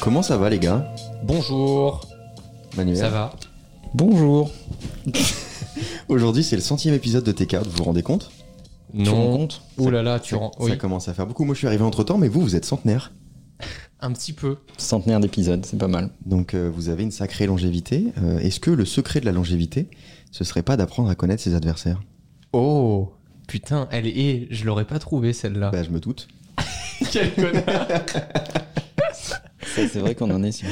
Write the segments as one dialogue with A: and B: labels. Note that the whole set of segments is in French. A: Comment ça va les gars
B: Bonjour,
A: Manuel
B: ça va
C: Bonjour.
A: Aujourd'hui c'est le centième épisode de TK, vous vous rendez compte
C: rends
B: Non.
C: compte
B: Ouh là là, tu
A: ça,
B: rends.
A: ça
B: Oui,
A: commence à faire beaucoup. Moi je suis arrivé entre temps mais vous vous êtes centenaire.
B: un petit peu.
C: Centenaire d'épisodes, c'est pas mal.
A: Donc euh, vous avez une sacrée longévité. Euh, Est-ce que le secret de la longévité, ce serait pas d'apprendre à connaître ses adversaires
B: Oh Putain, elle est. eh, Je l'aurais pas trouvée celle-là.
A: Bah je me doute.
B: Quel connard
C: Ça, c'est vrai qu'on en est sûr.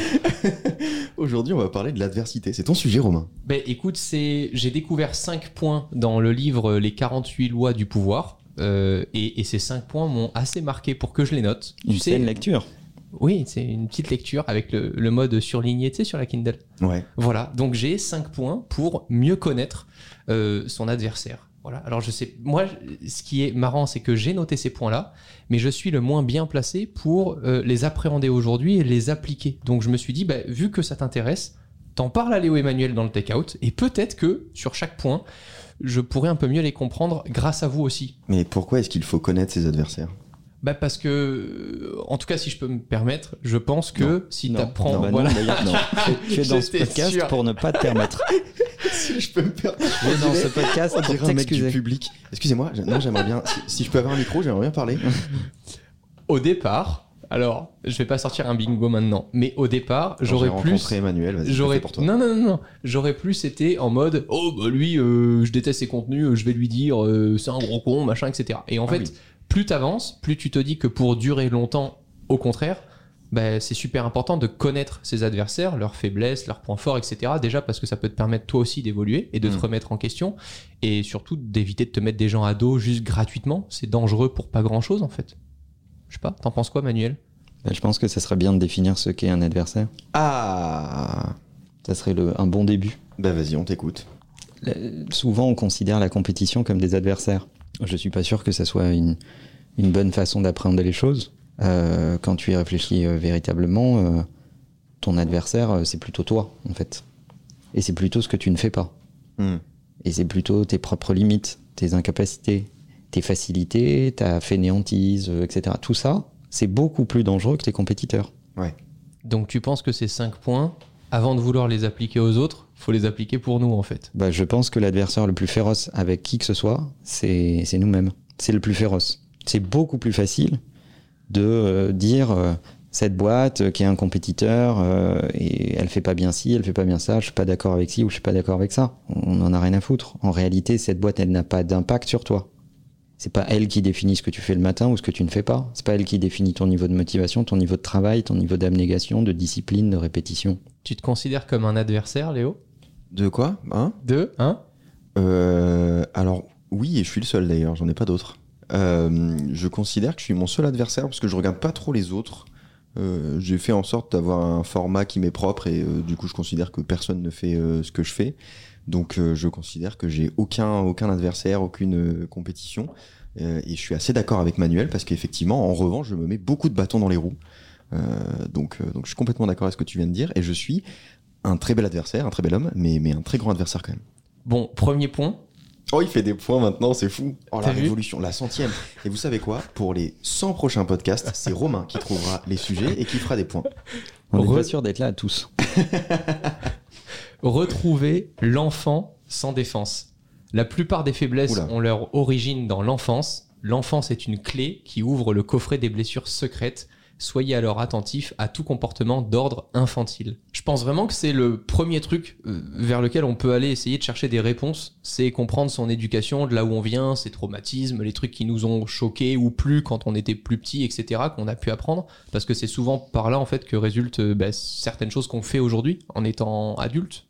A: Aujourd'hui on va parler de l'adversité. C'est ton sujet Romain.
B: Bah écoute, c'est j'ai découvert 5 points dans le livre Les 48 lois du pouvoir. euh, et, et ces 5 points m'ont assez marqué pour que je les note.
C: Une saine lecture.
B: Oui, c'est une petite lecture avec le, le mode surligné, tu sais, sur la Kindle.
A: Ouais.
B: Voilà, donc j'ai 5 points pour mieux connaître euh, son adversaire. Voilà, alors je sais, moi, je- ce qui est marrant, c'est que j'ai noté ces points-là, mais je suis le moins bien placé pour euh, les appréhender aujourd'hui et les appliquer. Donc je me suis dit, bah, vu que ça t'intéresse, t'en parles à Léo Emmanuel dans le take-out, et peut-être que sur chaque point, je pourrais un peu mieux les comprendre grâce à vous aussi.
A: Mais pourquoi est-ce qu'il faut connaître ses adversaires
B: Bah parce que, euh, en tout cas, si je peux me permettre, je pense que si
C: Non,
B: t'apprends,
C: non, bah non,
B: voilà,
C: d'ailleurs, non. Tu- Tu es dans ce
B: J'étais
C: podcast
B: sûr.
C: pour ne pas te permettre.
A: Si je peux me faire
C: Tu es dans ce podcast
A: On
C: pour
A: Ah, dirait un mec du
C: t'excuser.
A: public. Excusez-moi, je- non, j'aimerais bien. Si, si je peux avoir un micro, j'aimerais bien parler.
B: au départ, alors je vais pas sortir un bingo maintenant, mais au départ, j'aurais
A: J'ai rencontré
B: plus.
A: Emmanuel, vas-y,
B: J'aurais
A: c'est pour toi.
B: non non non non j'aurais plus été en mode oh bah lui euh, je déteste ses contenus euh, je vais lui dire euh, c'est un gros con machin etc et en
A: Ah
B: fait
A: oui.
B: plus t'avances plus tu te dis que pour durer longtemps au contraire bah, c'est super important de connaître ses adversaires leurs faiblesses leurs points forts etc déjà parce que ça peut te permettre toi aussi d'évoluer et de te
A: Mm.
B: remettre en question et surtout d'éviter de te mettre des gens à dos juste gratuitement c'est dangereux pour pas grand chose en fait je sais pas t'en penses quoi Manuel
C: Bah, Je pense que ça serait bien de définir ce qu'est un adversaire.
A: Ah
C: Ça serait le- un bon début.
A: Bah vas-y, on t'écoute.
C: Le- Souvent, on considère la compétition comme des adversaires. Je suis pas sûr que ça soit une, une bonne façon d'appréhender les choses. Euh, quand tu y réfléchis euh, véritablement, euh, ton adversaire, euh, c'est plutôt toi, en fait. Et c'est plutôt ce que tu ne fais pas.
A: Hmm.
C: Et c'est plutôt tes propres limites, tes incapacités, tes facilités, ta fainéantise, euh, etc. Tout ça, c'est beaucoup plus dangereux que tes compétiteurs.
B: donc tu penses que ces 5 points avant de vouloir les appliquer aux autres faut les appliquer pour nous en fait
C: Bah, je pense que l'adversaire le plus féroce avec qui que ce soit, c'est c'est nous-mêmes. C'est le plus féroce. C'est beaucoup plus facile de euh, dire euh, cette boîte euh, qui est un compétiteur euh, et elle fait pas bien ci, elle fait pas bien ça, je suis pas d'accord avec ci ou je suis pas d'accord avec ça. On en a rien à foutre. En réalité, cette boîte, elle n'a pas d'impact sur toi. C'est pas elle qui définit ce que tu fais le matin ou ce que tu ne fais pas. C'est pas elle qui définit ton niveau de motivation, ton niveau de travail, ton niveau d'abnégation, de discipline, de répétition.
B: Tu te considères comme un adversaire, Léo
A: De quoi Hein
B: De Hein
A: Euh, Alors, oui, et je suis le seul d'ailleurs, j'en ai pas d'autres. Euh, je considère que je suis mon seul adversaire parce que je regarde pas trop les autres. Euh, J'ai fait en sorte d'avoir un format qui m'est propre et euh, du coup, je considère que personne ne fait euh, ce que je fais. Donc, euh, je considère que j'ai aucun, aucun adversaire, aucune euh, compétition. Euh, et je suis assez d'accord avec Manuel parce qu'effectivement, en revanche, je me mets beaucoup de bâtons dans les roues. Euh, donc, euh, donc, je suis complètement d'accord avec ce que tu viens de dire et je suis un très bel adversaire, un très bel homme, mais, mais un très grand adversaire quand même.
B: Bon, premier point.
A: Oh, il fait des points maintenant, c'est fou. Oh, la
B: T'as vu
A: révolution, la centième. Et vous savez quoi Pour les 100 prochains podcasts, c'est Romain qui trouvera les sujets et qui fera des points.
C: On n'est
B: Re-
C: pas sûr d'être là à tous.
B: Retrouver l'enfant sans défense. La plupart des faiblesses
A: Oula.
B: ont leur origine dans l'enfance. L'enfance est une clé qui ouvre le coffret des blessures secrètes. Soyez alors attentif à tout comportement d'ordre infantile. Je pense vraiment que c'est le premier truc euh, vers lequel on peut aller essayer de chercher des réponses. C'est comprendre son éducation, de là où on vient, ses traumatismes, les trucs qui nous ont choqués ou plus quand on était plus petit, etc., qu'on a pu apprendre. Parce que c'est souvent par là, en fait, que résultent euh, bah, certaines choses qu'on fait aujourd'hui en étant adulte.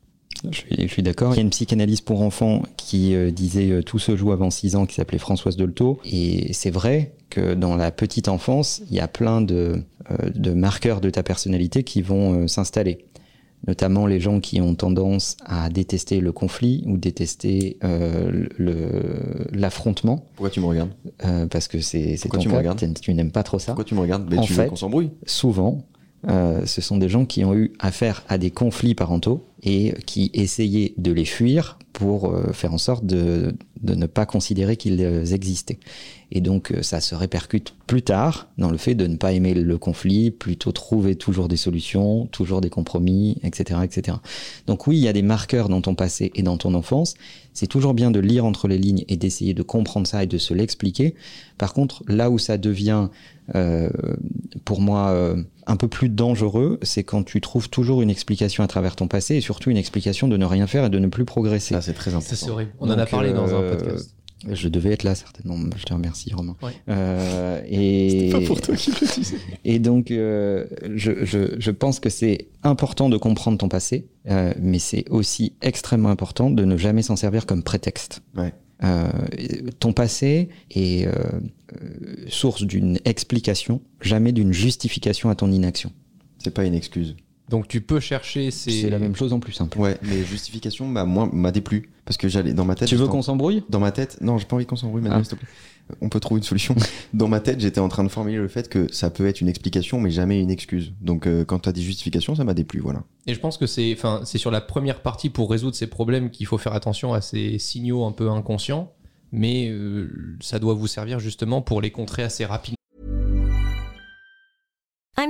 C: Je suis, je suis d'accord. Il y a une psychanalyse pour enfants qui euh, disait euh, tout se joue avant 6 ans, qui s'appelait Françoise Dolto. Et c'est vrai que dans la petite enfance, il y a plein de, euh, de marqueurs de ta personnalité qui vont euh, s'installer. notamment les gens qui ont tendance à détester le conflit ou détester euh, le- l'affrontement,
A: Pourquoi tu me regardes
C: euh, parce que c'est c'est
A: Pourquoi
C: ton
A: tu me
C: cas,
A: regardes
C: t'aimes- tu n'aimes pas trop ça.
A: Pourquoi tu me regardes Mais
C: En
A: tu veux
C: fait-
A: qu'on s'embrouille
C: Souvent, euh, ce sont des gens qui ont eu affaire à des conflits parentaux et qui essayaient de les fuir pour euh, faire en sorte de, de ne pas considérer qu'ils euh, existaient. Et donc, euh, ça se répercute plus tard dans le fait de ne pas aimer le conflit, plutôt trouver toujours des solutions, toujours des compromis, etc., etc. Donc oui, il y a des marqueurs dans ton passé et dans ton enfance. C'est toujours bien de lire entre les lignes et d'essayer de comprendre ça et de se l'expliquer. Par contre, là où ça devient euh, pour moi euh, un peu plus dangereux, c'est quand tu trouves toujours une explication à travers ton passé et surtout une explication de ne rien faire et de ne plus progresser.
A: Ça, Ah, c'est très important.
B: Ça, c'est horrible. On en a
C: Donc,
B: parlé dans un
C: euh,
B: podcast.
C: Je devais être là certainement. Je te remercie Romain.
B: Ouais.
C: Euh, et
A: qui le disais.
C: et donc, euh, je, je- je pense que c'est important de comprendre ton passé, euh, mais c'est aussi extrêmement important de ne jamais s'en servir comme prétexte.
A: Ouais.
C: Euh, et ton passé est euh, euh, source d'une explication, jamais d'une justification à ton inaction.
A: C'est pas une excuse.
B: Donc tu peux chercher ces.
C: C'est la même chose en plus hein. simple.
A: Ouais, mais justification m'a moins m'a déplu parce que j'allais dans ma tête.
C: Tu veux
A: j'étais en-
C: qu'on s'embrouille
A: dans ma tête, non, j'ai pas envie qu'on s'embrouille maintenant,
C: Ah.
A: s'il te plaît. Euh, On peut trouver une solution. Dans ma tête, j'étais en train de formuler le fait que ça peut être une explication, mais jamais une excuse. Donc, euh, quand t'as des justifications, ça m'a déplu, voilà.
B: Et je pense que c'est, enfin, c'est sur la première partie pour résoudre ces problèmes qu'il faut faire attention à ces signaux un peu inconscients, mais euh, ça doit vous servir justement pour les contrer assez rapidement.
D: I'm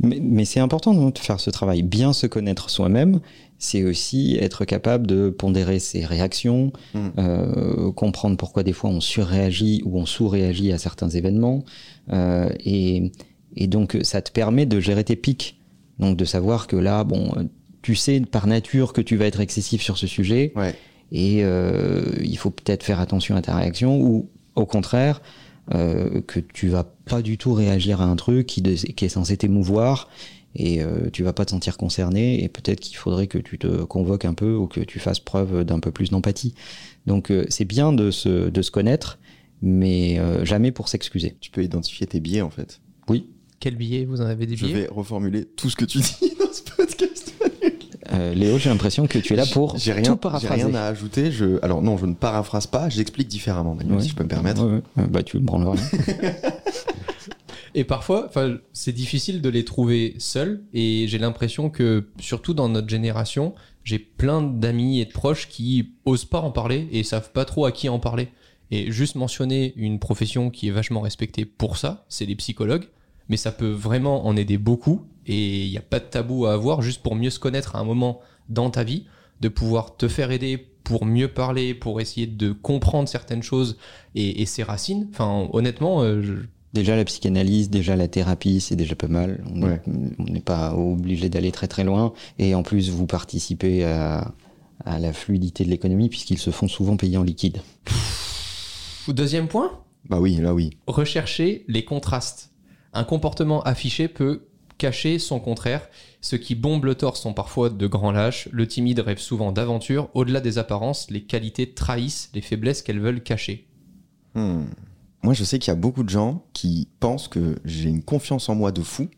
C: Mais, mais c'est important non, de faire ce travail. Bien se connaître soi-même, c'est aussi être capable de pondérer ses réactions,
A: Mm.
C: euh, comprendre pourquoi des fois on surréagit ou on sous-réagit à certains événements. Euh, et, et donc euh, ça te permet de gérer tes pics. Donc de savoir que là, bon, euh, tu sais par nature que tu vas être excessif sur ce sujet
A: Ouais.
C: et euh, il faut peut-être faire attention à ta réaction ou au contraire euh, que tu vas pas du tout réagir à un truc qui, de- qui est censé t'émouvoir et euh, tu vas pas te sentir concerné et peut-être qu'il faudrait que tu te convoques un peu ou que tu fasses preuve d'un peu plus d'empathie. Donc euh, c'est bien de se, de se connaître mais euh, jamais pour s'excuser.
A: Tu peux identifier tes biais, en fait.
C: Oui,
B: Quel billet Vous en avez des
A: Je
B: billets
A: vais reformuler tout ce que tu dis dans ce podcast.
C: Euh, Léo, j'ai l'impression que tu es là pour
A: J'ai rien,
C: tout
A: j'ai
C: paraphraser.
A: rien à ajouter. Je... Alors, non, je ne paraphrase pas, j'explique différemment, Daniel,
C: Ouais.
A: si je peux me permettre.
C: Ouais, ouais. Euh, Bah tu me branleras.
B: Et parfois, enfin, c'est difficile de les trouver seuls. Et j'ai l'impression que, surtout dans notre génération, j'ai plein d'amis et de proches qui osent pas en parler et savent pas trop à qui en parler. Et juste mentionner une profession qui est vachement respectée pour ça, c'est les psychologues. Mais ça peut vraiment en aider beaucoup. Et il n'y a pas de tabou à avoir juste pour mieux se connaître à un moment dans ta vie, de pouvoir te faire aider pour mieux parler, pour essayer de comprendre certaines choses et, et ses racines. Enfin, honnêtement, euh, je-
C: Déjà la psychanalyse, déjà la thérapie, c'est déjà pas mal. On
A: Ouais.
C: on n'est pas obligé d'aller très très loin. Et en plus, vous participez à, à la fluidité de l'économie puisqu'ils se font souvent payer en liquide.
B: Deuxième point,
A: Bah oui, là, oui.
B: rechercher les contrastes. Un comportement affiché peut cacher son contraire. Ceux qui bombent le torse sont parfois de grands lâches, le timide rêve souvent d'aventure, au-delà des apparences, les qualités trahissent les faiblesses qu'elles veulent cacher.
A: Hmm. Moi, je sais qu'il y a beaucoup de gens qui pensent que j'ai une confiance en moi de fou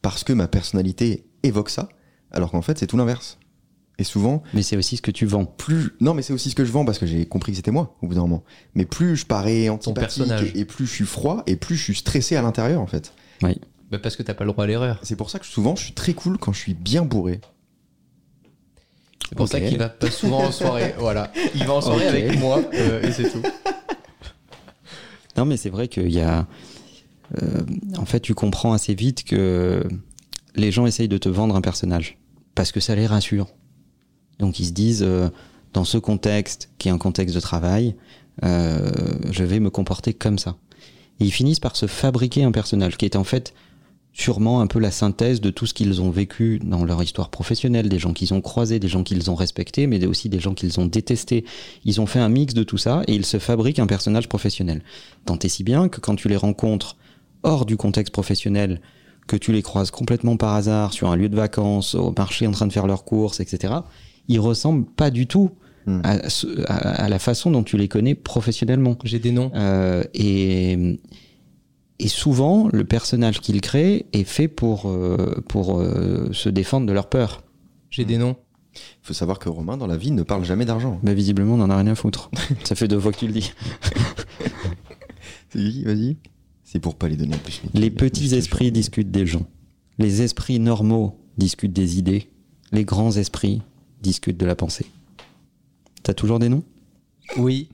A: parce que ma personnalité évoque ça, alors qu'en fait, c'est tout l'inverse. Et souvent,
C: Mais c'est aussi ce que tu vends.
A: plus non mais c'est aussi ce que je vends parce que j'ai compris que c'était moi au bout d'un moment mais plus je parais antipathique
B: personnage.
A: et, et plus je suis froid et plus je suis stressé à l'intérieur en fait
B: Bah parce que t'as pas le droit à l'erreur.
A: c'est pour ça que souvent je suis très cool quand je suis bien bourré
B: C'est pour
C: Ok.
B: ça qu'il va pas souvent en soirée. Voilà. Il va en soirée
C: Ok.
B: avec moi euh, et c'est tout.
C: Non, mais c'est vrai qu'il y a. euh, en fait, tu comprends assez vite que les gens essayent de te vendre un personnage parce que ça les rassure. Donc ils se disent, euh, dans ce contexte qui est un contexte de travail, euh, je vais me comporter comme ça. Et ils finissent par se fabriquer un personnage qui est en fait sûrement un peu la synthèse de tout ce qu'ils ont vécu dans leur histoire professionnelle, des gens qu'ils ont croisés, des gens qu'ils ont respectés, mais aussi des gens qu'ils ont détestés. Ils ont fait un mix de tout ça et ils se fabriquent un personnage professionnel. Tant et si bien que quand tu les rencontres hors du contexte professionnel, que tu les croises complètement par hasard sur un lieu de vacances, au marché en train de faire leurs courses, etc., ils ressemblent pas du tout
A: Mm.
C: à, ce- à- à la façon dont tu les connais professionnellement.
B: J'ai des noms.
C: Euh, et, et souvent, le personnage qu'ils créent est fait pour, euh, pour euh, se défendre de leur peur.
B: J'ai des noms.
A: Faut savoir que Romain, dans la vie, ne parle jamais d'argent.
C: Bah, visiblement, on en a rien à foutre. Ça fait deux fois que tu le dis.
A: Oui, vas-y. C'est pour pas les donner plus.
C: Les petits esprits discutent des gens. Les esprits normaux discutent des idées. Les grands esprits discutent de la pensée. T'as toujours des noms
B: Oui.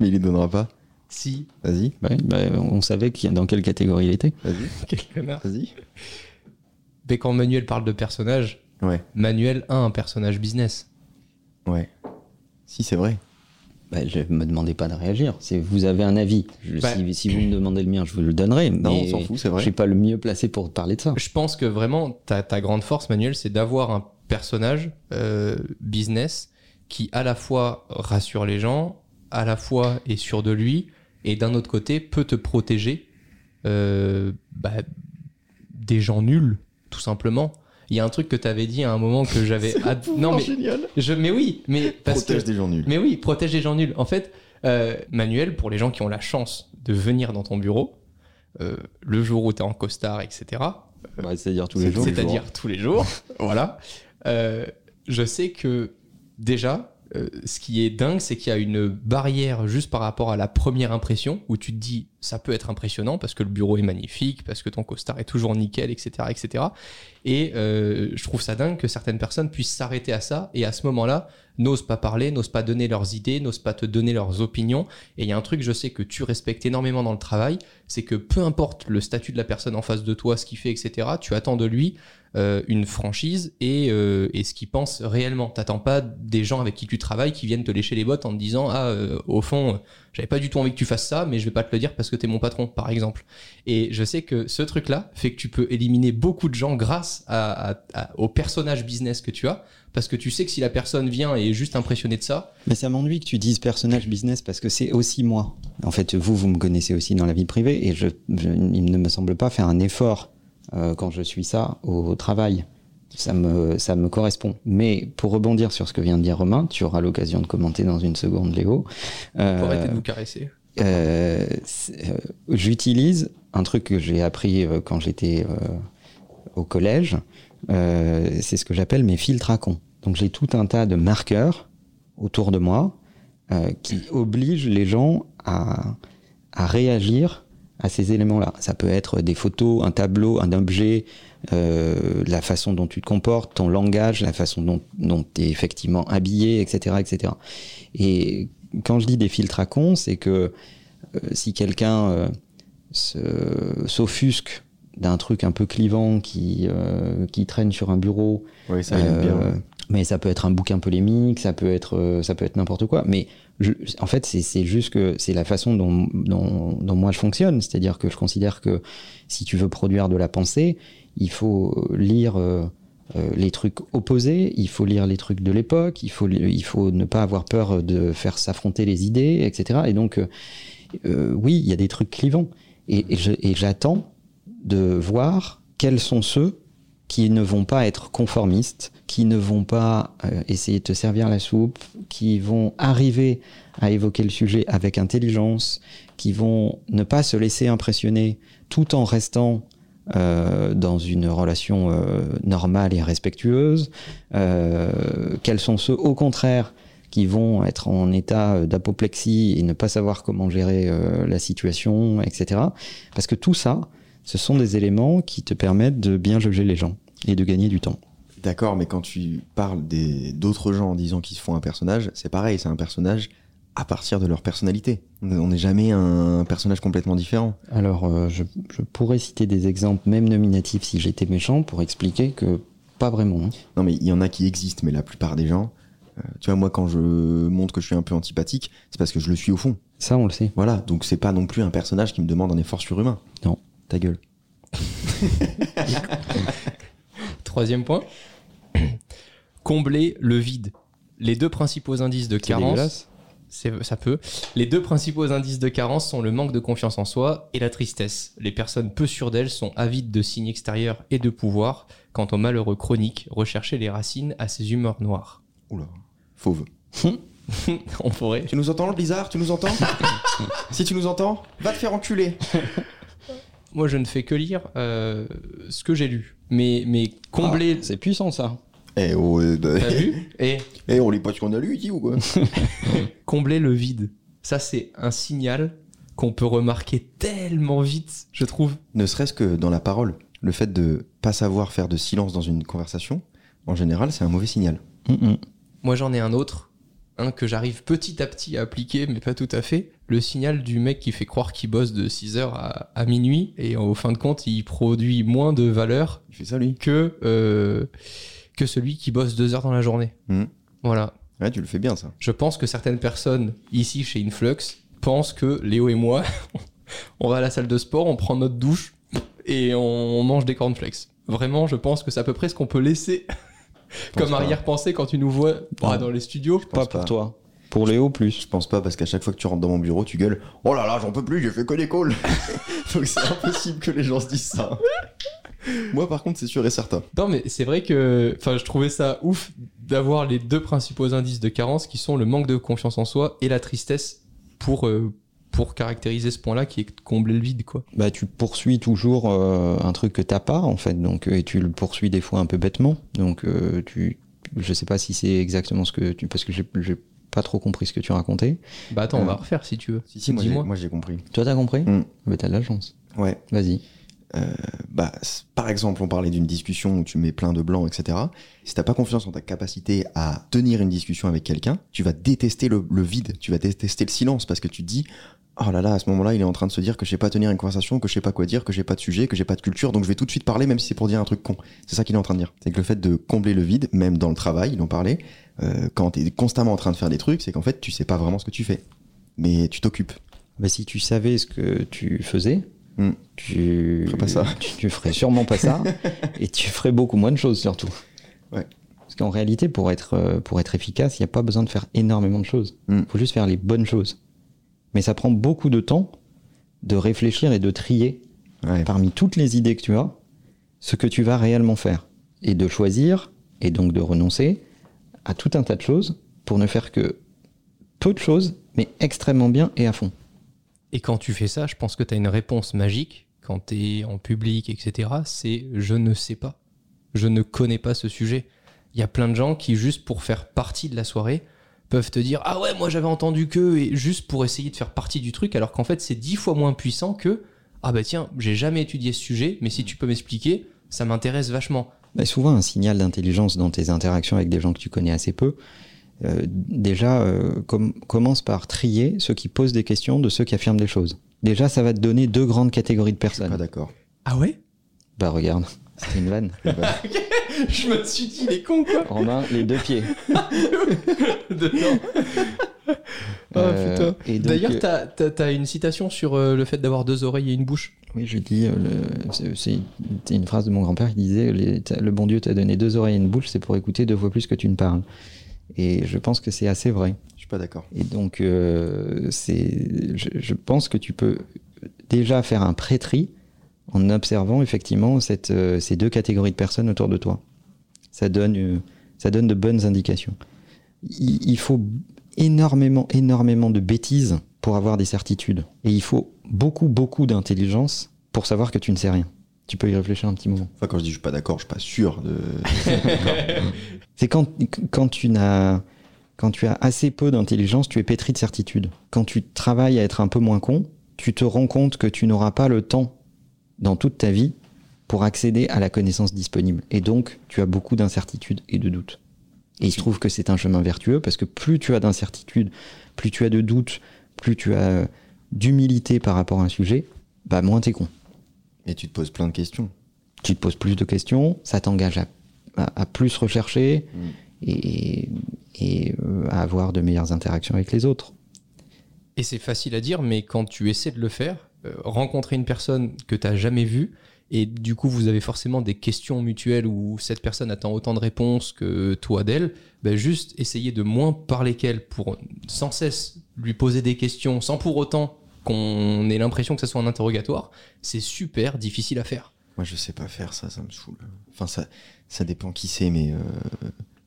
A: Mais il les donnera pas.
B: Si.
A: Vas-y,
C: Bah oui, bah, On savait qui- dans quelle catégorie il était.
A: vas-y,
B: Quel connard.
A: vas-y.
B: Mais quand Manuel parle de personnage,
A: Ouais,
B: Manuel a un personnage business.
A: ouais. Si, c'est vrai.
C: Bah, je me demandais pas de réagir. C'est vous avez un avis. Je-
B: Bah.
C: si, si vous me demandez le mien, je vous le donnerai.
A: Non,
C: mais
A: on s'en fout, c'est
C: Je
A: vrai.
C: suis pas le mieux placé pour parler de ça.
B: Je pense que vraiment, ta, ta grande force, Manuel, c'est d'avoir un personnage euh, business qui à la fois rassure les gens, à la fois est sûr de lui, et d'un autre côté peut te protéger euh, bah, des gens nuls, tout simplement. Il y a un truc que t'avais dit à un moment que j'avais. ad- non mais
A: génial.
B: je, mais oui, mais parce que
A: Protège des gens nuls.
B: mais oui, protège les gens nuls. En fait, euh, Manuel, pour les gens qui ont la chance de venir dans ton bureau, euh, le jour où tu es en costard, etc.,
C: Bah, C'est-à-dire tous
A: C'est-
C: les jours.
B: c'est-à-dire tous les jours, voilà, euh, je sais que déjà, euh, ce qui est dingue, c'est qu'il y a une barrière juste par rapport à la première impression où tu te dis ça peut être impressionnant parce que le bureau est magnifique, parce que ton costard est toujours nickel, etc. etc. Et euh, je trouve ça dingue que certaines personnes puissent s'arrêter à ça et à ce moment-là, n'osent pas parler, n'osent pas donner leurs idées, n'osent pas te donner leurs opinions. Et il y a un truc, je sais que tu respectes énormément dans le travail, c'est que peu importe le statut de la personne en face de toi, ce qu'il fait, etc., tu attends de lui euh, une franchise et, euh, et ce qu'il pense réellement. T'attends pas des gens avec qui tu travailles qui viennent te lécher les bottes en te disant Ah, euh, au fond, euh, j'avais pas du tout envie que tu fasses ça, mais je vais pas te le dire parce que t'es mon patron, par exemple. Et je sais que ce truc-là fait que tu peux éliminer beaucoup de gens grâce à, à- à- au personnage business que tu as, parce que tu sais que si la personne vient et est juste impressionnée de ça,
C: Mais ça m'ennuie que tu dises personnage business parce que c'est aussi moi. En fait, vous, vous me connaissez aussi dans la vie privée et je, je- il ne me semble pas faire un effort euh, quand je suis ça au travail. Ça me, ça me correspond. Mais pour rebondir sur ce que vient de dire Romain, tu auras l'occasion de commenter dans une seconde, Léo. Euh,
B: faut arrêter de vous caresser.
C: euh, c'est- euh, j'utilise un truc que j'ai appris euh, quand j'étais euh, au collège. Euh, c'est ce que j'appelle mes filtres à con. Donc j'ai tout un tas de marqueurs autour de moi euh, qui obligent les gens à, à réagir à ces éléments-là. Ça peut être des photos, un tableau, un objet, euh, la façon dont tu te comportes, ton langage, la façon dont, tu es effectivement habillé, etc., etc. Et quand je dis des filtres à con, c'est que euh, si quelqu'un euh, se- s'offusque d'un truc un peu clivant qui, euh, qui traîne sur un bureau
A: Ouais, ça, il aime bien.
C: euh, Mais ça peut être un bouquin polémique, ça peut être, euh, ça peut être n'importe quoi. Mais je- en fait, c'est- c'est juste que c'est la façon dont, dont, dont moi je fonctionne. C'est-à-dire que je considère que si tu veux produire de la pensée, il faut lire euh, euh, les trucs opposés, il faut lire les trucs de l'époque, il faut, il faut ne pas avoir peur de faire s'affronter les idées, etc. Et donc, euh, euh, oui, il y a des trucs clivants. Et, et je- et j'attends de voir quels sont ceux qui ne vont pas être conformistes, qui ne vont pas euh, essayer de te servir la soupe, qui vont arriver à évoquer le sujet avec intelligence, qui vont ne pas se laisser impressionner tout en restant euh, dans une relation euh, normale et respectueuse. Euh, quels sont ceux, au contraire, qui vont être en état euh, d'apoplexie et ne pas savoir comment gérer euh, la situation, etc. Parce que tout ça, ce sont des éléments qui te permettent de bien juger les gens et de gagner du temps.
A: D'accord, mais quand tu parles des- d'autres gens en disant qu'ils se font un personnage, c'est pareil, c'est un personnage à partir de leur personnalité. On n'est jamais un personnage complètement différent.
C: Alors, euh, je, je pourrais citer des exemples, même nominatifs, si j'étais méchant, pour expliquer que pas vraiment. hein.
A: Non, mais il y en a qui existent, mais la plupart des gens, euh, tu vois, moi, quand je montre que je suis un peu antipathique, c'est parce que je le suis au fond.
C: Ça, on le sait.
A: Voilà, donc c'est pas non plus un personnage qui me demande un effort surhumain.
C: Non.
A: Ta gueule.
B: Troisième point. Combler le vide. Les deux principaux indices de
C: C'est
B: carence.
C: dégueulasse.
B: c'est- Ça peut. Les deux principaux indices de carence sont le manque de confiance en soi et la tristesse. Les personnes peu sûres d'elles sont avides de signes extérieurs et de pouvoir. Quant aux malheureux chroniques, rechercher les racines à ces humeurs noires.
A: Oula, fauve.
B: On pourrait.
A: Tu nous entends, le Blizzard Tu nous entends Si tu nous entends, va te faire enculer.
B: Moi, je ne fais que lire euh, ce que j'ai lu. Mais, mais combler.
C: Ah, c'est puissant ça.
A: Eh, oh, eh, bah,
B: T'as vu Et
A: eh, on lit pas ce qu'on a lu, dis ou quoi
B: combler le vide. Ça, c'est un signal qu'on peut remarquer tellement vite, je trouve.
A: Ne serait-ce que dans la parole, le fait de pas savoir faire de silence dans une conversation, en général, c'est un mauvais signal.
C: Mm, mm.
B: Moi, j'en ai un autre, un que j'arrive petit à petit à appliquer, mais pas tout à fait. Le signal du mec qui fait croire qu'il bosse de 6h à, à minuit, et au fin de compte, il produit moins de valeur
A: Il fait ça, lui
B: que, euh, que celui qui bosse 2 heures dans la journée.
A: Mm.
B: Voilà.
A: Ouais, tu le fais bien, ça.
B: Je pense que certaines personnes ici chez Influx pensent que Léo et moi, on va à la salle de sport, on prend notre douche et on mange des cornflakes. Vraiment, je pense que c'est à peu près ce qu'on peut laisser comme
A: pas.
B: arrière-pensée quand tu nous vois bah,
C: Non.
B: dans les studios.
A: pense
C: Pas pour
A: pas.
C: toi. Pour Léo plus.
A: Je pense pas, parce qu'à chaque fois que tu rentres dans mon bureau, tu gueules « Oh là là, j'en peux plus, j'ai fait que des calls !» Donc c'est impossible que les gens se disent ça. Moi, par contre, c'est sûr et certain.
B: Non, mais c'est vrai que enfin, je trouvais ça ouf d'avoir les deux principaux indices de carence qui sont le manque de confiance en soi et la tristesse pour, euh, pour caractériser ce point-là qui est combler le vide, quoi.
C: Bah tu poursuis toujours euh, un truc que t'as pas en fait donc euh, et tu le poursuis des fois un peu bêtement donc euh, tu je sais pas si c'est exactement ce que tu parce que j'ai j'ai pas trop compris ce que tu racontais.
B: Bah attends, on va
A: Euh,
B: refaire si tu veux.
A: Si, si, moi, j'ai-
B: Dis-moi.
A: moi j'ai compris.
C: Toi t'as compris
A: Mm.
C: Bah t'as de la chance.
A: Ouais.
C: Vas-y.
A: bah, c- par exemple, on parlait d'une discussion où tu mets plein de blancs, etc. Si t'as pas confiance en ta capacité à tenir une discussion avec quelqu'un, tu vas détester le, le vide, tu vas détester le silence parce que tu te dis, oh là là, à ce moment-là, il est en train de se dire que je sais pas tenir une conversation, que je sais pas quoi dire, que j'ai pas de sujet, que j'ai pas de culture, donc je vais tout de suite parler même si c'est pour dire un truc con. C'est ça qu'il est en train de dire. C'est que le fait de combler le vide, même dans le travail, il en parlait, euh, quand t'es constamment en train de faire des trucs, c'est qu'en fait, tu sais pas vraiment ce que tu fais. Mais tu t'occupes.
C: Bah, si tu savais ce que tu faisais,
A: Hmm.
C: tu,
A: Ferais pas ça.
C: tu tu ferais sûrement pas ça, et tu ferais beaucoup moins de choses surtout.
A: Ouais.
C: Parce qu'en réalité, pour être euh, pour être efficace, il n'y a pas besoin de faire énormément de choses. Il
A: Hmm.
C: faut juste faire les bonnes choses. Mais ça prend beaucoup de temps de réfléchir et de trier
A: Ouais.
C: parmi toutes les idées que tu as, ce que tu vas réellement faire. Et de choisir, et donc de renoncer, à tout un tas de choses pour ne faire que peu de choses, mais extrêmement bien et à fond.
B: Et quand tu fais ça, je pense que tu as une réponse magique quand tu es en public, etc. C'est je ne sais pas. Je ne connais pas ce sujet. Il y a plein de gens qui, juste pour faire partie de la soirée, peuvent te dire Ah ouais, moi j'avais entendu que, et juste pour essayer de faire partie du truc, alors qu'en fait c'est dix fois moins puissant que Ah bah tiens, j'ai jamais étudié ce sujet, mais si tu peux m'expliquer, ça m'intéresse vachement.
C: Mais Bah, souvent, un signal d'intelligence dans tes interactions avec des gens que tu connais assez peu, euh, déjà, euh, com- commence par trier ceux qui posent des questions de ceux qui affirment des choses. Déjà, ça va te donner deux grandes catégories de
A: Je suis pas
C: personnes.
A: d'accord.
B: Ah ouais
C: Bah regarde, c'était une vanne.
B: Je me suis dit, il est con quoi
C: Romain, les deux pieds.
B: Dedans. Ah, putain.
C: et donc,
B: D'ailleurs,
C: euh,
B: t'as- t'as t'as une citation sur euh, le fait d'avoir deux oreilles et une bouche.
C: Oui, je dis, euh, le- c'est- c'est c'est une phrase de mon grand-père qui disait les- t'as- Le bon Dieu t'a donné deux oreilles et une bouche, c'est pour écouter deux fois plus que tu ne parles. Et je pense que c'est assez vrai.
A: Je suis pas d'accord.
C: Et donc, euh, c'est, je, je pense que tu peux déjà faire un pré-tri en observant effectivement cette, euh, ces deux catégories de personnes autour de toi. Ça donne, euh, ça donne de bonnes indications. Il, il faut énormément, énormément de bêtises pour avoir des certitudes. Et il faut beaucoup, beaucoup d'intelligence pour savoir que tu ne sais rien. Tu peux y réfléchir un petit moment.
A: Enfin, quand je dis je suis pas d'accord, je suis pas sûr de.
C: C'est quand, quand tu n'as quand tu as assez peu d'intelligence, tu es pétri de certitude. Quand tu travailles à être un peu moins con, tu te rends compte que tu n'auras pas le temps dans toute ta vie pour accéder à la connaissance disponible. Et donc, tu as beaucoup d'incertitudes et de doutes. Et il se trouve que c'est un chemin vertueux parce que plus tu as d'incertitudes, plus tu as de doutes, plus tu as euh, d'humilité par rapport à un sujet, bah moins t'es con
A: Et tu te poses plein de questions.
C: tu te poses plus de questions, ça t'engage à, à- à plus rechercher et, et, euh, à avoir de meilleures interactions avec les autres.
B: Et c'est facile à dire, mais quand tu essaies de le faire, euh, rencontrer une personne que t'as jamais vue Et du coup, vous avez forcément des questions mutuelles où cette personne attend autant de réponses que toi d'elle. Ben juste essayer de moins parler qu'elle pour sans cesse lui poser des questions sans pour autant qu'on ait l'impression que ça soit un interrogatoire. C'est super difficile à faire.
A: Moi, je sais pas faire ça, ça me saoule. Enfin, ça, ça dépend qui c'est, mais. euh,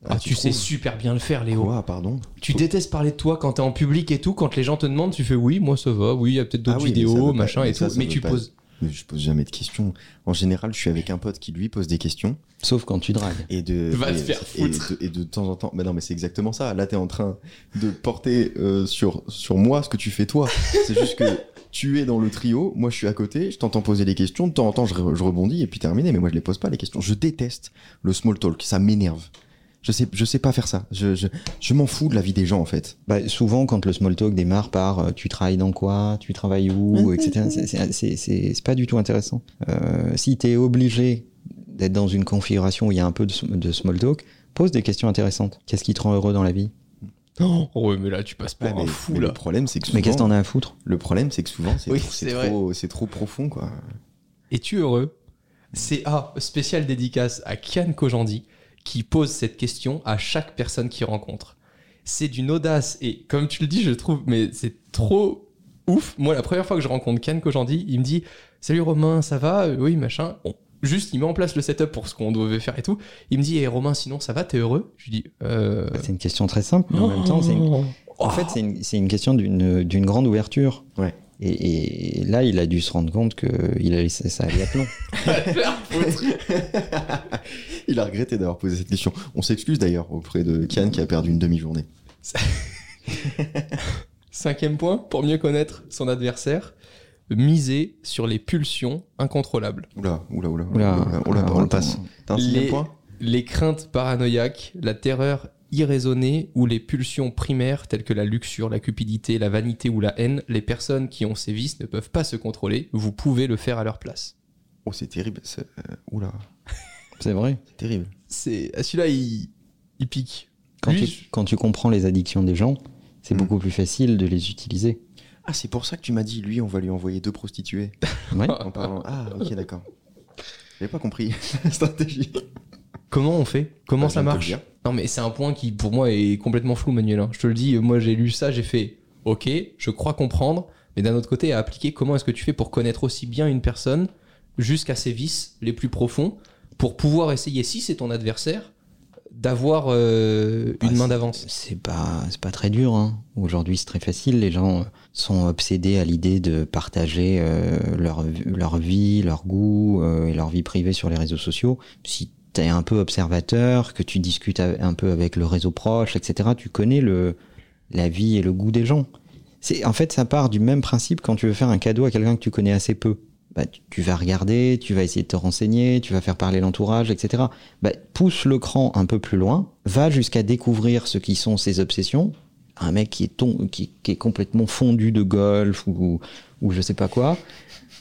B: Ah, tu sais
A: trouves
B: super bien le faire, Léo.
A: Quoi, pardon
B: Tu détestes parler de toi quand t'es en public et tout, quand les gens te demandent, tu fais oui, moi ça va, oui, il y a peut-être d'autres
A: Ah oui, mais ça veut
B: vidéos,
A: pas-
B: machin
A: mais
B: et
A: ça,
B: tout,
A: ça
B: mais
A: veut
B: tu
A: pas
B: poses.
A: Mais Je pose jamais de questions. En général, je suis avec un pote qui lui pose des questions.
C: Sauf quand tu dragues.
A: Et de,
B: Va
A: et,
B: te faire
A: et
B: foutre.
A: de, et de temps en temps. Mais non, mais c'est exactement ça. Là, t'es en train de porter euh, sur, sur moi ce que tu fais toi. C'est juste que tu es dans le trio, moi je suis à côté, je t'entends poser des questions, de temps en temps je, re- je rebondis et puis terminé. Mais moi, je les pose pas les questions. Je déteste le small talk, ça m'énerve. Je sais, je sais pas faire ça. Je, je, je m'en fous de la vie des gens en fait.
C: Bah, souvent, quand le small talk démarre par euh, tu travailles dans quoi, tu travailles où, etc., c'est- c'est- c'est- c'est c'est pas du tout intéressant. Euh, si tu es obligé d'être dans une configuration où il y a un peu de, sm- de small talk, pose des questions intéressantes. Qu'est-ce qui te rend heureux dans la vie
B: Oh, ouais, mais là tu passes pour
A: Ouais,
B: un
A: mais,
B: fou
A: mais
B: là.
A: le problème, c'est que
C: Mais qu'est-ce que
A: souvent-
C: t'en as à foutre
A: le problème, c'est que souvent, c'est
B: Oui,
A: trop- c'est
B: c'est vrai.
A: trop, c'est trop profond quoi.
B: Es-tu heureux C'est A, spécial dédicace à Kian Kojandi, qui pose cette question à chaque personne qu'il rencontre. C'est d'une audace, et comme tu le dis, je trouve, mais c'est trop ouf. Moi, la première fois que je rencontre Kian Kojandi, il me dit Salut Romain, ça va Euh, Oui, machin. Bon, juste, il met en place le setup pour ce qu'on devait faire et tout. Il me dit Eh, Romain, sinon ça va, t'es heureux Je lui dis euh...
C: Bah,
B: Bah,
C: C'est une question très simple, mais en même temps, c'est une- En fait, c'est une, c'est une question d'une d'une grande ouverture.
A: Ouais.
C: Et, et là, il a dû se rendre compte qu'il a laissé ça aller à plomb.
A: Il a regretté d'avoir posé cette question. On s'excuse d'ailleurs auprès de Kian qui a perdu une demi-journée.
B: Cinquième point, pour mieux connaître son adversaire, miser sur les pulsions incontrôlables.
A: Oula, oula, oula,
C: Oula,
A: oula, oula, oula,
C: alors,
A: on le
C: attends.
A: passe. T'as un sixième
B: les,
A: point
B: les craintes paranoïaques, la terreur irraisonnée ou les pulsions primaires telles que la luxure, la cupidité, la vanité ou la haine, les personnes qui ont ces vices ne peuvent pas se contrôler, vous pouvez le faire à leur place.
A: Oh, c'est terrible. c'est- euh, oula,
C: C'est vrai.
A: c'est terrible.
B: C'est ah, celui-là il, il pique.
C: Quand,
B: Lui,
C: tu, quand tu comprends les addictions des gens, c'est
A: Mm.
C: beaucoup plus facile de les utiliser.
A: Ah, c'est pour ça que tu m'as dit, lui, on va lui envoyer deux prostituées.
C: Ouais.
A: en parlant. Ah, ok, d'accord. J'avais pas compris la stratégie.
B: Comment on fait Comment
A: Bah,
B: ça
A: je viens de te
B: marche
A: le dire.
B: Non mais c'est un point qui pour moi est complètement flou Manuel. hein. Je te le dis, moi j'ai lu ça, j'ai fait ok, je crois comprendre, mais d'un autre côté à appliquer comment est-ce que tu fais pour connaître aussi bien une personne jusqu'à ses vices les plus profonds pour pouvoir essayer si c'est ton adversaire d'avoir euh,
C: Ah,
B: une main
C: c'est-
B: d'avance.
C: C'est pas, c'est pas très dur. hein. Aujourd'hui, c'est très facile. Les gens euh, sont obsédés à l'idée de partager euh, leur, leur vie, leur goût euh, et leur vie privée sur les réseaux sociaux. Si t'es un peu observateur, que tu discutes a- un peu avec le réseau proche, etc., tu connais le, la vie et le goût des gens. C'est En fait, ça part du même principe quand tu veux faire un cadeau à quelqu'un que tu connais assez peu. Bah, tu- tu vas regarder, tu vas essayer de te renseigner, tu vas faire parler l'entourage, etc bah, pousse le cran un peu plus loin, va jusqu'à découvrir ce qui sont ses obsessions. Un mec qui est, ton- qui, qui est complètement fondu de golf ou, ou je sais pas quoi,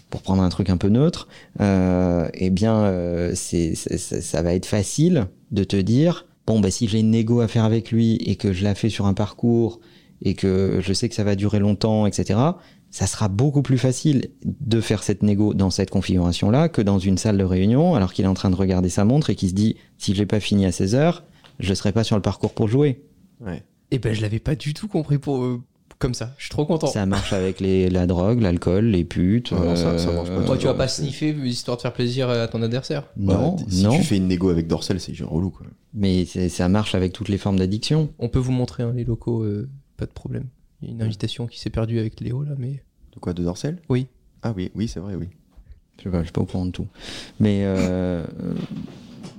C: pour prendre un truc un peu neutre, euh, eh bien, euh, c'est- c'est- ça- ça va être facile de te dire bon, bah, si j'ai une négo à faire avec lui et que je la fais sur un parcours et que je sais que ça va durer longtemps, etc., ça sera beaucoup plus facile de faire cette négo dans cette configuration-là que dans une salle de réunion, alors qu'il est en train de regarder sa montre et qu'il se dit si j'ai pas fini à 16 heures, je serai pas sur le parcours pour jouer.
B: Eh ben je l'avais pas du tout compris pour euh, comme ça. Je suis trop content.
C: Ça marche avec les, la drogue, l'alcool, les putes. euh,
A: Ah non, ça- ça marche pas.
B: Toi tu vas pas
A: c'est-
B: sniffer euh, histoire de faire plaisir à ton adversaire.
C: Non,
A: Bah, t- si
C: non,
A: tu fais une négo avec Dorsel, c'est relou, quoi.
C: mais c'est- ça marche avec toutes les formes d'addiction.
B: On peut vous montrer hein, les locaux, euh, pas de problème. Il y a une invitation qui s'est perdue avec Léo là, mais
A: De quoi, de Dorsel
B: Oui.
A: Ah oui, oui, c'est vrai, oui.
C: Je sais pas, je suis pas au courant de tout. Mais, euh, euh,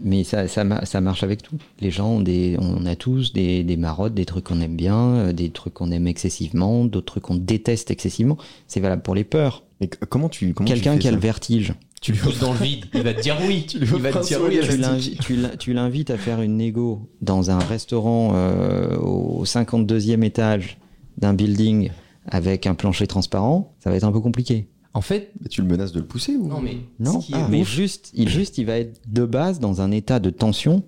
C: mais ça, ça, ma- ça marche avec tout. Les gens, ont des, on a tous des, des marottes, des trucs qu'on aime bien, euh, des trucs qu'on aime excessivement, d'autres trucs qu'on déteste excessivement. C'est valable pour les peurs.
A: Mais c- comment tu. Comment tu
C: Quelqu'un
A: fais
C: qui a
A: ça
C: le vertige,
B: Tu lui pousses dans le vide, il va te dire oui.
A: lui
B: il va
A: offres
B: te
A: un
B: dire oui.
A: sourire.
B: à la
C: tu
A: Plastique.
C: l'invi- tu l'in- tu l'invites à faire une négo dans un restaurant euh, au 52e étage d'un building avec un plancher transparent, ça va être un peu compliqué.
B: En fait,
A: Mais Bah, Tu le menaces de le pousser ou
B: non mais
C: Non, ah.
B: ce qui est
C: mais
B: ouf,
C: juste il, juste, il va être de base dans un état de tension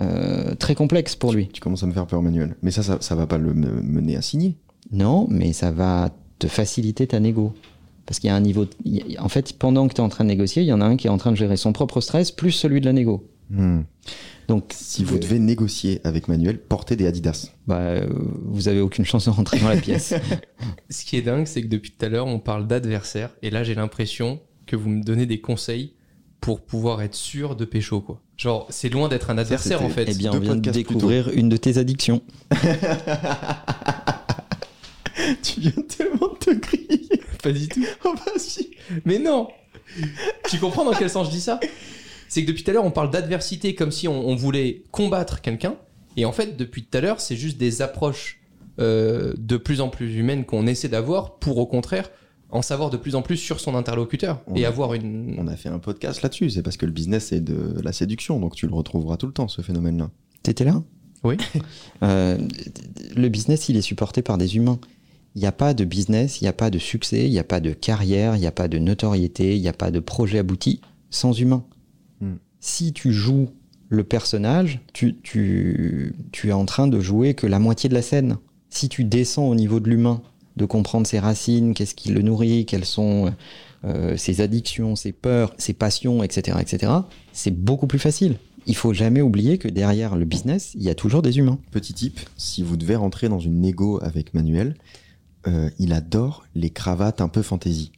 C: euh, très complexe pour lui.
A: Tu commences à me faire peur, Manuel. Mais ça, ça, ça va pas le me- mener à signer.
C: Non, mais ça va te faciliter ta négo. Parce qu'il y a un niveau. il y a- En fait, pendant que tu es en train de négocier, il y en a un qui est en train de gérer son propre stress plus celui de la négo.
A: Hmm.
C: Donc,
A: Si vous
C: euh,
A: devez négocier avec Manuel, portez des Adidas.
C: bah, euh, vous avez aucune chance de rentrer dans la pièce.
B: Ce qui est dingue, c'est que depuis tout à l'heure, on parle d'adversaire. Et là, j'ai l'impression que vous me donnez des conseils pour pouvoir être sûr de pécho, quoi. Genre, c'est loin d'être un adversaire,
A: c'était-
B: en fait.
C: eh bien,
A: Deux
C: on vient de
A: podcasts plus tôt.
C: découvrir une de tes addictions.
A: tu viens tellement de te crier.
B: Pas du tout.
A: Oh bah si.
B: Mais non Tu comprends dans quel sens je dis ça C'est que depuis tout à l'heure, on parle d'adversité comme si on, on voulait combattre quelqu'un. Et en fait, depuis tout à l'heure, c'est juste des approches euh, de plus en plus humaines qu'on essaie d'avoir pour, au contraire, en savoir de plus en plus sur son interlocuteur
A: On
B: et
A: a-
B: avoir une...
A: On a fait un podcast là-dessus, c'est parce que le business est de la séduction, donc tu le retrouveras tout le temps, ce phénomène-là.
C: T'étais là
B: Oui.
C: Euh, le business, il est supporté par des humains. Il n'y a pas de business, il n'y a pas de succès, il n'y a pas de carrière, il n'y a pas de notoriété, il n'y a pas de projet abouti sans humain.
A: Hmm.
C: Si tu joues le personnage, tu, tu, tu es en train de jouer que la moitié de la scène. Si tu descends au niveau de l'humain, de comprendre ses racines, qu'est-ce qui le nourrit, quelles sont euh, ses addictions, ses peurs, ses passions, etc., etc., c'est beaucoup plus facile. Il faut jamais oublier que derrière le business, il y a toujours des humains.
A: Petit tip, si vous devez rentrer dans une négo avec Manuel, euh, il adore les cravates un peu fantaisie.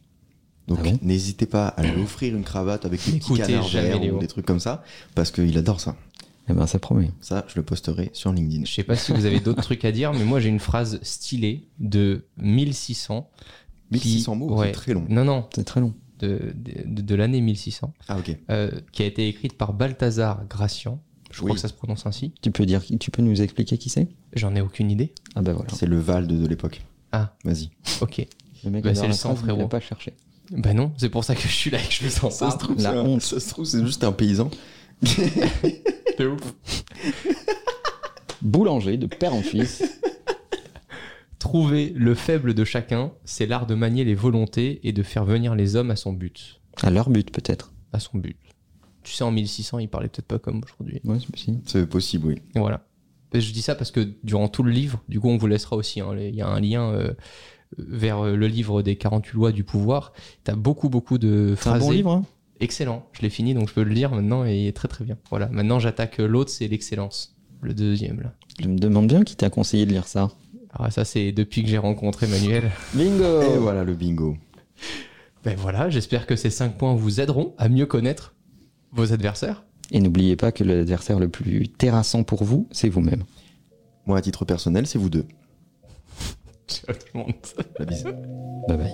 A: Donc
C: Ah bon
A: n'hésitez pas à lui offrir une cravate avec des petits
B: N'écoutez
A: canards
B: jamais
A: verts
B: Léo.
A: ou des trucs comme ça, parce qu'il adore ça.
C: Eh ben, ça promet.
A: Ça, je le posterai sur LinkedIn.
B: Je sais pas si vous avez d'autres trucs à dire, mais moi j'ai une phrase stylée de 1600. qui-
A: 1600 mots,
B: Ouais.
A: c'est très long.
B: Non, non,
C: C'est très long.
B: de, de, de l'année 1600,
A: Ah ok.
B: euh, qui a été écrite par Balthazar Gracian. Je crois
A: Oui.
B: que ça se prononce ainsi.
C: Tu peux dire, tu peux nous expliquer qui c'est
B: J'en ai aucune idée.
C: Ah bah voilà.
A: C'est le Val de, de l'époque.
B: Ah.
A: Vas-y.
B: Ok.
C: Le mec
B: Bah,
C: adore
B: c'est le
C: la
B: sang,
C: phrase, mais il a
B: frérot.
C: pas cherché.
B: Bah non, c'est pour ça que je suis là et que je me sens
A: Ça se
B: pas.
A: trouve,
C: la
A: c'est un-
C: honte.
A: ça se trouve, c'est juste un paysan.
C: Boulanger de père en fils.
B: Trouver le faible de chacun, c'est l'art de manier les volontés et de faire venir les hommes à son but.
C: À leur but peut-être.
B: À son but. Tu sais, en 1600, il parlait peut-être pas comme aujourd'hui.
C: Ouais, c'est possible.
A: C'est possible, oui.
B: Et Voilà. Et Je dis ça parce que durant tout le livre, du coup, on vous laissera aussi. hein, les- Il y a un lien euh, vers euh, le livre des 48 lois du pouvoir. T'as beaucoup, beaucoup de
C: C'est un
B: phrases.
C: bon livre. Hein
B: Excellent. Je l'ai fini, donc je peux le lire maintenant et il est très, très bien. Voilà. Maintenant, j'attaque euh, l'autre, c'est l'excellence. Le deuxième, là.
C: Je me demande bien qui t'a conseillé de lire ça.
B: Alors, ça, c'est depuis que j'ai rencontré Manuel.
C: Bingo.
A: Et voilà le bingo.
B: Ben voilà, j'espère que ces 5 points vous aideront à mieux connaître vos adversaires.
C: Et n'oubliez pas que l'adversaire le plus terrassant pour vous, c'est vous-même.
A: Moi, à titre personnel, c'est vous deux.
B: Ciao tout le monde.
A: La bise.
C: Bye bye.